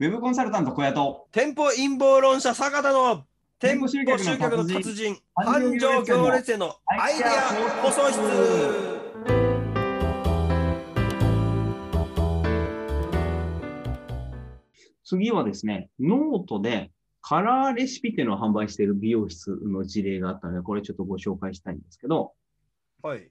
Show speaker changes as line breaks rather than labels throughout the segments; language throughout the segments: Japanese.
ウェブコンサルタント小屋と
店舗陰謀論者坂田の
店
店
舗
舗
集
集
客の
客
達人
の達人
繁
繁
盛
盛
行
行
列
列へのアイデア放送室
次はですね、ノートでカラーレシピっていうのを販売している美容室の事例があったので、これちょっとご紹介したいんですけど、
はい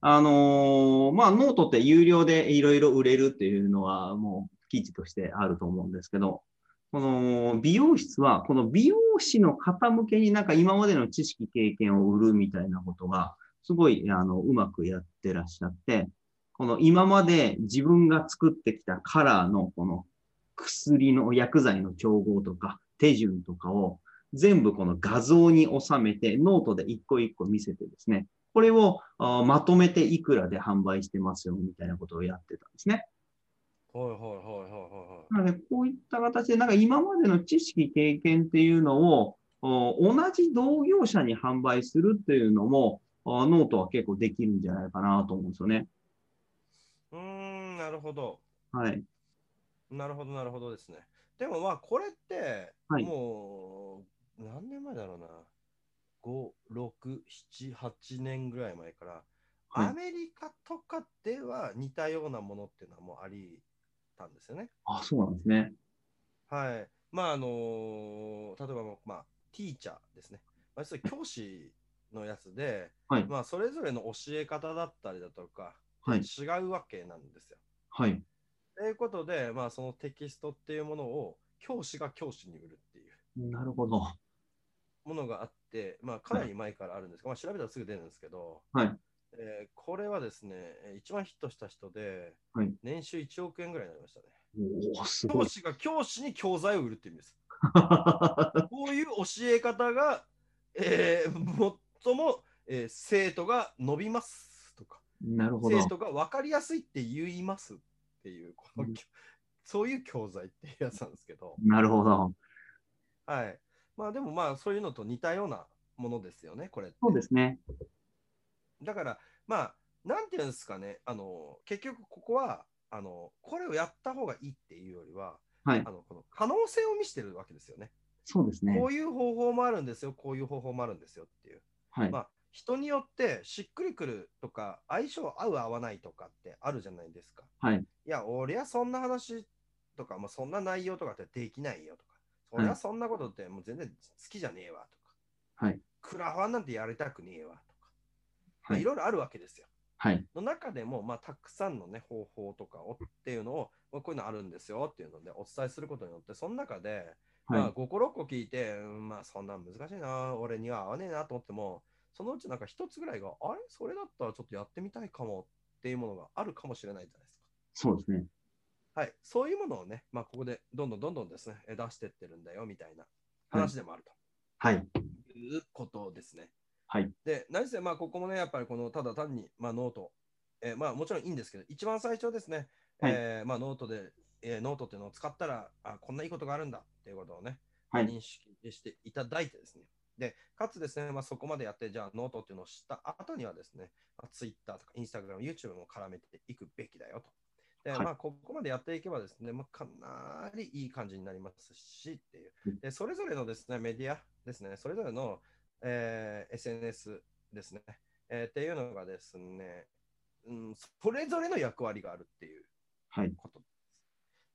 あのーまあ、ノートって有料でいろいろ売れるっていうのはもう記事としてあると思うんですけど、この美容室は、この美容師の方向けになんか今までの知識、経験を売るみたいなことが、すごい、あの、うまくやってらっしゃって、この今まで自分が作ってきたカラーのこの薬の薬剤の調合とか手順とかを全部この画像に収めてノートで一個一個見せてですね、これをあまとめていくらで販売してますよみたいなことをやってたんですね。
はいはいはいはいはい
なので、こういった形で、なんか今までの知識、経験っていうのを、お同じ同業者に販売するっていうのも、あノートは結構できるんじゃないかなと思うんですよね。
うーんなるほど
はい。
なるほどなるほどですねでもまあこれって
はい
もう何年前だろうな5678年ぐらい前から
はい
アメリカとかでは似たようなものっていうのはもうありたんですよね
あ、そうなんですね。
はい。まあ、あの例えば、まあ、ティーチャーですね。まあ、実は教師のやつで、
はい
まあ、それぞれの教え方だったりだとか、
はい
違うわけなんですよ。
はい。
ということで、まあ、そのテキストっていうものを教師が教師に売るっていう
なるほど。
ものがあって、まあ、かなり前からあるんですが、まあ、調べたらすぐ出るんですけど、
はい
えーこれはですね、えー一番ヒットした人で、
はい
年収1億円ぐらいになりましたね。
おお、すご
教
い。
師が教師に教材を売るっていう意味です。
は
こういう教え方が、えー、最も、えー生徒が伸びますとか、
いなるほど
生。徒が分かりやすいって言いますっていう、この
うん
そういう教材っていうやつなんですけど、
なるほど。
はい。まあでもまあそういうのと似たようなものですよね、これって。
そうですね。
だから、まあ、なんていうんですかね、あの、結局ここは、あの、これをやった方がいいっていうよりは、
はい
あ。のこの可能性を見せてるわけですよね。
そうですね
こ。ういう方法もあるんですよ、こういう方法もあるんですよっていう。
はい
ま。あ、人によってしっくりくるとか相性合う合わないとかってあるじゃないですか。
はい。
いや、俺はそんな話とか、まあ、そんな内容とかってできないよとか、そり
は
ゃ
い
そんなことってもう全然好きじゃねえわとか、
はい。
クラファンなんてやりたくねえわとか、ま
は
あい
い。
ろいろあるわけですよ。
はい。
の中でも、まあ、たくさんの、ね、方法とかをっていうのを、まあ、こういうのあるんですよっていうのでお伝えすることによって、その中で、ま
は
あ、
い。
5個6個聞いて、うんまあ、そんな難しいな、俺には合わねえなと思っても、そのうちなんか一つぐらいが、あれそれだったらちょっとやってみたいかもっていうものがあるかもしれないじゃないです
そうですね。
か。はい。そういうものをね、まあ、ここでどんどんどんどんですね、え出してってるんだよみたいな話でもある
はい。
ということですね。
はい。
で、何せ、まあ、ここもね、やっぱりこの、ただ単に、まあ、ノート、えーまあ、もちろんいいんですけど、一番最初ですね、
はい
えーまあ、ノートで、えーノートっていうのを使ったら、あ、こんないいことがあるんだっていうことをね、
はい。
認識していただいてですね。で、かつですね、まあ、そこまでやって、じゃあノートっていうのを知った後にはですね、まあ、Twitter とか Instagram、YouTube も絡めていくべきだよと。で、
はい
まあ、ここまでやっていけばですね、まあ、かなりいい感じになりますしっていう
うん。
で、それぞれのですね、メディアですね、それぞれの、えー SNS ですね、えーっていうのがですね、うん、それぞれの役割があるっていう
はい。
ことです。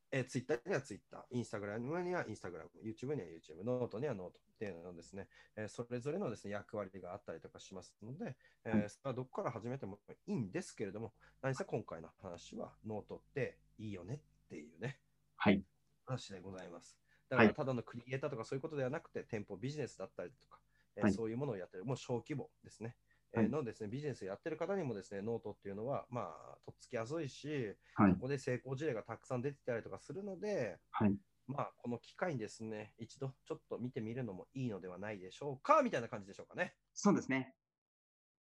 えー、ツイッターにはツイッター、インスタグラムにはインスタグラム、YouTube には YouTube、ノートにはノートっていうのをですね、えーそれぞれのですね役割があったりとかしますので、えー
はい
それはどこから始めてもいいんですけれども、何せ今回の話はノートっていいよねっていうね、
はい。
話でございます。だ
は
か
い
らただのクリエイターとかそういうことではなくて、店舗ビジネスだったりとか、えー
はい
そういうものをやってる、もう小規模ですね。え
はい
ーのですね、ビジネスをやってる方にもですね、ノートっていうのは、まあ、とっつきやすいし、
はい
ここで成功事例がたくさん出てたりとかするので、
はい
まあ、この機会にですね、一度ちょっと見てみるのもいいのではないでしょうか、みたいな感じでしょうかね。
そうですね。